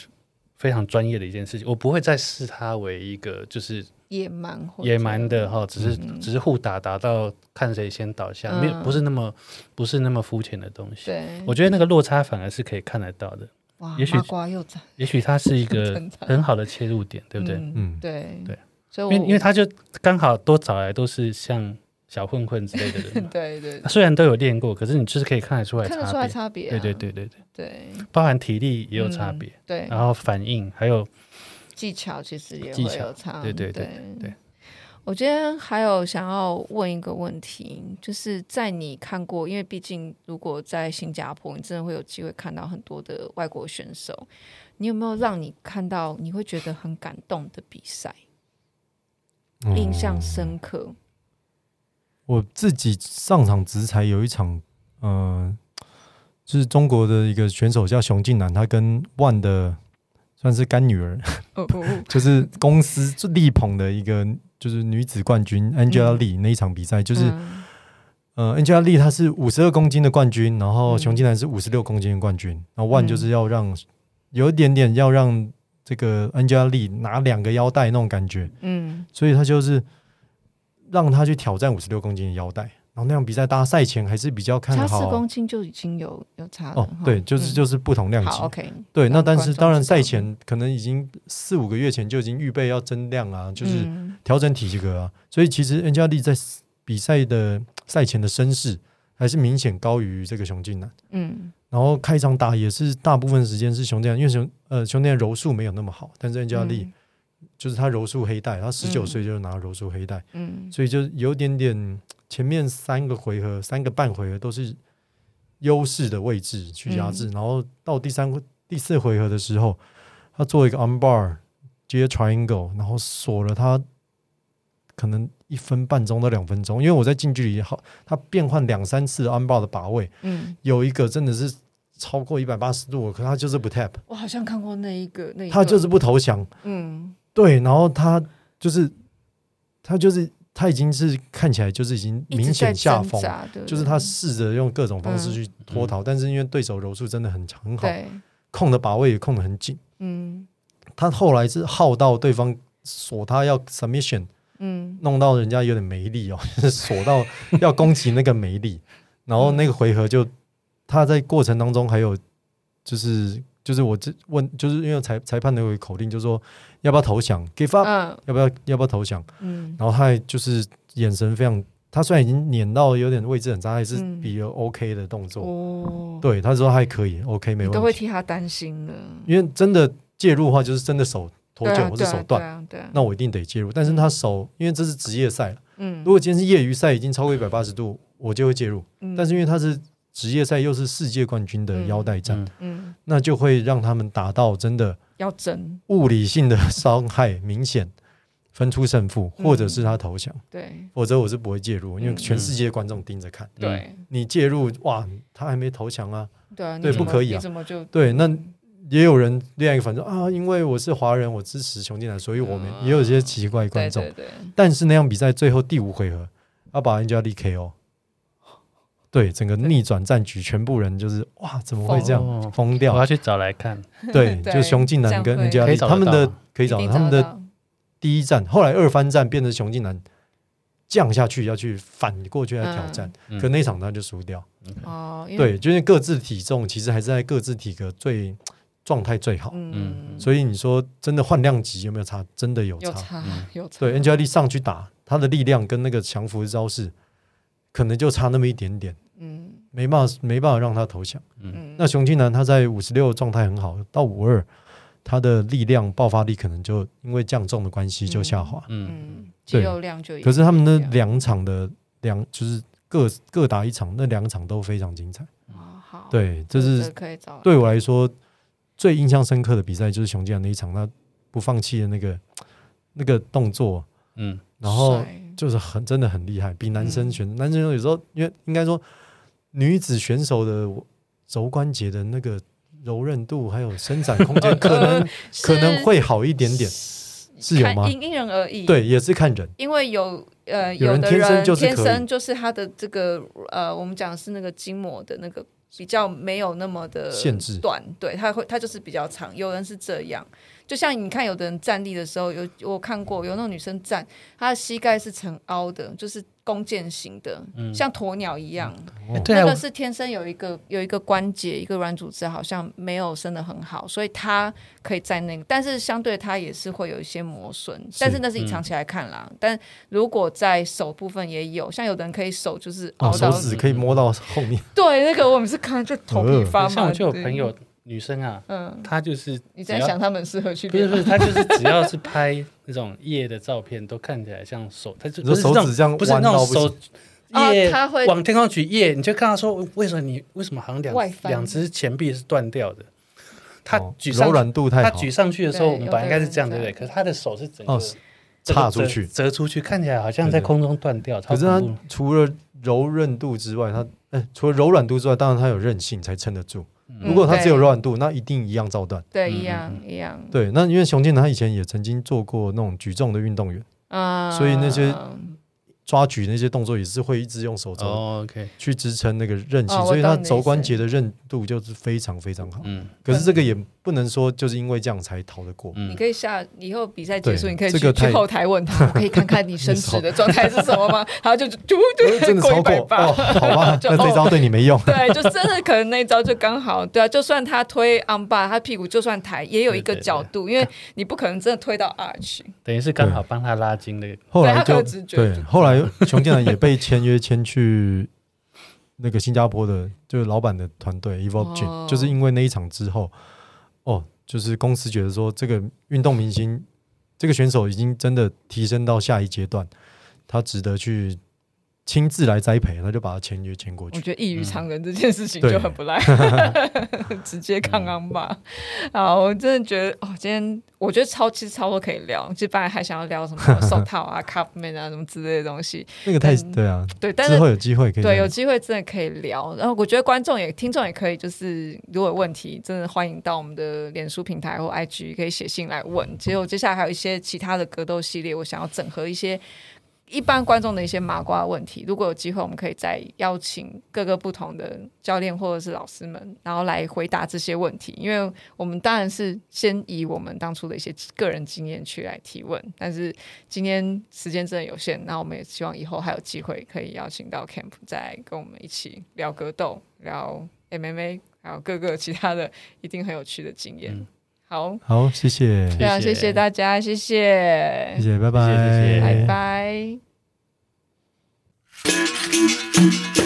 非常专业的一件事情，我不会再视它为一个就是野蛮或者野蛮的哈，只是、只是互打打到看谁先倒下，没有嗯不是那么不是那么肤浅的东西。对，我觉得那个落差反而是可以看得到的，哇，也许麻瓜又长，也许它是一 [LAUGHS] 个真的很好的切入点，对不对？嗯哦嗯，对对，所以因我为因为他就刚好都找来都是像小混混之类的人 [LAUGHS] 嘛，对对 [LAUGHS] 虽然都有练过，可是你就是可以看得出来看得出差来别。差别啊，对对对对对，对包含体力也有差别，啊对，然后反应还有技巧其实也技会巧有差，对对对对我今天还有想要问一个问题，就是在你看过，因为毕竟如果在新加坡，你真的会有机会看到很多的外国选手，你有没有让你看到你会觉得很感动的比赛，哦印象深刻？我自己上场直才有一场，呃，就是中国的一个选手叫熊静南，他跟万的算是干女儿， [LAUGHS] 哦哦，就是公司就力捧的一个就是女子冠军 Angela Lee 那一场比赛， [LAUGHS] 就是、嗯呃 Angela Lee 她是五十二公斤的冠军，然后嗯熊静南是五十六公斤的冠军，然后万嗯就是要让、有一点点要让这个 Angela Lee 拿两个腰带那种感觉，嗯所以他就是让他去挑战五十六公斤的腰带。然后那场比赛，大家赛前还是比较看差好四公斤就已经有有差了哦，对，就是、就是不同量嗯、级好。OK，对，那让但观是众当然知道赛前可能已经四五个月前就已经预备要增量啊，就是嗯调整体格啊。所以其实 a n g e 在比赛的赛前的身势还是明显高于这个熊静南。嗯然后开场打也是大部分时间是熊静南，因为熊呃熊静南柔术没有那么好，但是 a n g e 嗯就是他柔术黑带，他十九嗯岁就拿柔术黑带。嗯所以就有点点前面三个回合、三个半回合都是优势的位置去压制，然后到第三、第四回合的时候，他做一个 arm bar 接 triangle，然后锁了他可能一分半钟到两分钟，因为我在近距离好，他变换两三次 arm bar 的把位，嗯，有一个真的是超过一百八十度，可他就是不 tap，我好像看过那一个那一他段就是不投降，嗯对，然后他就是他就是他已经是看起来就是已经一明直在显下挣风，扎对不就是对嗯他试着用各种方式去脱逃，但是因为对手柔术真的很很好，对，控的把位也控得很紧。嗯他后来是耗到对方锁他要 submission，嗯弄到人家有点没力哦，就是锁 [LAUGHS] 到要攻击那个没力，然后那个回合就他在过程当中还有就是就是我这问就是因为裁裁判的有一个口令，就说要不要投降，give up，、嗯要不要要不要投降。嗯，然后他还就是眼神非常，他虽然已经碾到有点位置很差，还是嗯比了 OK 的动作。哦，对，他说还可以，OK 没你都会问题。替他担心了，因为真的介入的话，就是真的手脱对臼啊或对者啊手断，对啊嗯对啊，那我一定得介入。但是他手，因为这是职业赛，嗯如果今天是业余赛，已经超过一百八十度，我就会介入。嗯但是因为他是职业赛，又是世界冠军的腰带战，嗯嗯那就会让他们达到真的要争，物理性的伤害明显，分出胜负，或者是他投降。对否则我是不会介入，因为嗯全世界的观众盯着看。对你介入，哇，他还没投降啊。对啊，你对怎不么可以你啊怎么就对，那也有人另外一个反正啊，因为我是华人，我支持熊进来，所以我们啊也有一些奇怪的观对众。对对，但是那场比赛最后第五回合，要把 Angela KO，对，整个逆转战局，全部人就是哇，怎么会这哦样疯我掉要？去找来看，对， [LAUGHS] 对就熊进南跟这 Angela 样会 Lee 他们的可以一找定到他们的到第一战，后来二番战变成熊进南降下去，要去反过去来挑战，嗯可那场他就输掉。哦，因为对，就是各自体重其实还是在各自体格最状态最好，嗯，所以你说真的换量级有没有差？真的有有差。差嗯有差，对，Angela 上去打，他的力量跟那个降服的招式可能就差那么一点点，嗯没办法没办法让他投降。嗯，那熊金南他在五十六状态很好，到五二他的力量爆发力可能就因为降重的关系就下滑。嗯，嗯肌对肉量就可是他们的也不一样两场的两就是各各打一场，那两场都非常精彩。哦好，对，这是这可以找来对我来说最印象深刻的比赛就是熊健那一场，他不放弃的那个那个动作，嗯，然后帅就是很真的很厉害，比男生选、男生有时候因为应该说女子选手的肘关节的那个柔韧度还有伸展空 [LAUGHS] 间可能可能是会好一点点，是有看吗？因因人而异，对，也是看人，因为有呃有人的天生人就是天可以生就是他的这个呃，我们讲的是那个筋膜的那个比较没有那么的限制短，对，它会它就是比较长。有人是这样，就像你看，有的人站立的时候，有我看过有那种女生站，她的膝盖是呈凹的，就是弓箭型的，像鸵鸟一样。哎对啊，那我个是天生有一个有一个关节一个软组织好像没有生的很好，所以它可以在那个，但是相对它也是会有一些磨损，但是那是以长期来看嗯啦。但如果在手部分也有，像有的人可以手就是哦，凹到，手指可以摸到后面，对那个我们是看就头皮发麻。像我就有对朋，友女生啊，嗯，她就是你只在要想他们适合去不是练不是，他就是只要是拍那种夜的照片，都看起来像手，他就你说手不是那种指这样不是弯那到种不行手啊夜、他会往天空举夜，你就看他说为什么你为什么好像两外翻两只前臂是断掉的？他哦举柔上、软度太他好，举上去的时候，对我们本来应该是这样有的对不对？人可是他的手是整个哦整个岔出折去折出去，看起来好像在对对空中断掉。可是超它恐怖除了柔韧度之外，它哎除了柔软度之外，当然它有韧性才撑得住。嗯如果它只有柔软度，那一定一样照断。对嗯一样嗯一样，对，那因为熊健男他以前也曾经做过那种举重的运动员，嗯，所以那些抓举那些动作也是会一直用手肘哦，OK，去支撑那个韧性，哦我所以他懂你肘关意思节的韧度就是非常非常好。嗯可是这个也不能说就是因为这样才逃得过。你嗯，可以下以后比赛结束，对你可以这去、个太去后台问 [LAUGHS] 他，我可以看看你伸直的状态是什么吗？然后就就就真的超一过百哦，八。好吧， [LAUGHS] 就哦那这招对你没 [LAUGHS] 用。对，就真的可能那一招就刚好，对啊，就算他推 on bar，他屁股就算抬，也有一个角度，因为你不可能真的推到 arch，等于是刚好帮他拉筋的。后来他可就能直觉对，后来熊健男也被签约签去那个新加坡的，就是老板的团 [LAUGHS] 队 Evolve Gym，、哦就是因为那一场之后，哦，就是公司觉得说这个运动明星，这个选手已经真的提升到下一阶段，他值得去亲自来栽培，他就把他签约签过我去。觉得异于常人这件事情嗯对就很 [LAUGHS] 不赖，直接抗昂吧。好，我真的觉得哦，今天我觉得超其实超多可以聊，其实本来还想要聊什 [LAUGHS] 么手套啊、cupman 啊什么之类的东西，那个太嗯对啊，对，但之是后有机会可以对，有再机会真的可以聊。然后我觉得观众也、听众也可以，就是如果有问题，真的欢迎到我们的脸书平台或 IG 可以写信来问。其实我接下来还有一些其他的格斗系列，我想要整合一些一般观众的一些麻瓜问题。如果有机会，我们可以再邀请各个不同的教练或者是老师们，然后来回答这些问题。因为我们当然是先以我们当初的一些个人经验去来提问，但是今天时间真的有限，那我们也希望以后还有机会可以邀请到 Camp 再跟我们一起聊格斗、聊 MMA，还有各个其他的一定很有趣的经验。嗯好，好，谢谢，对啊，谢谢大家，谢谢谢，谢，拜拜，谢谢谢谢拜拜。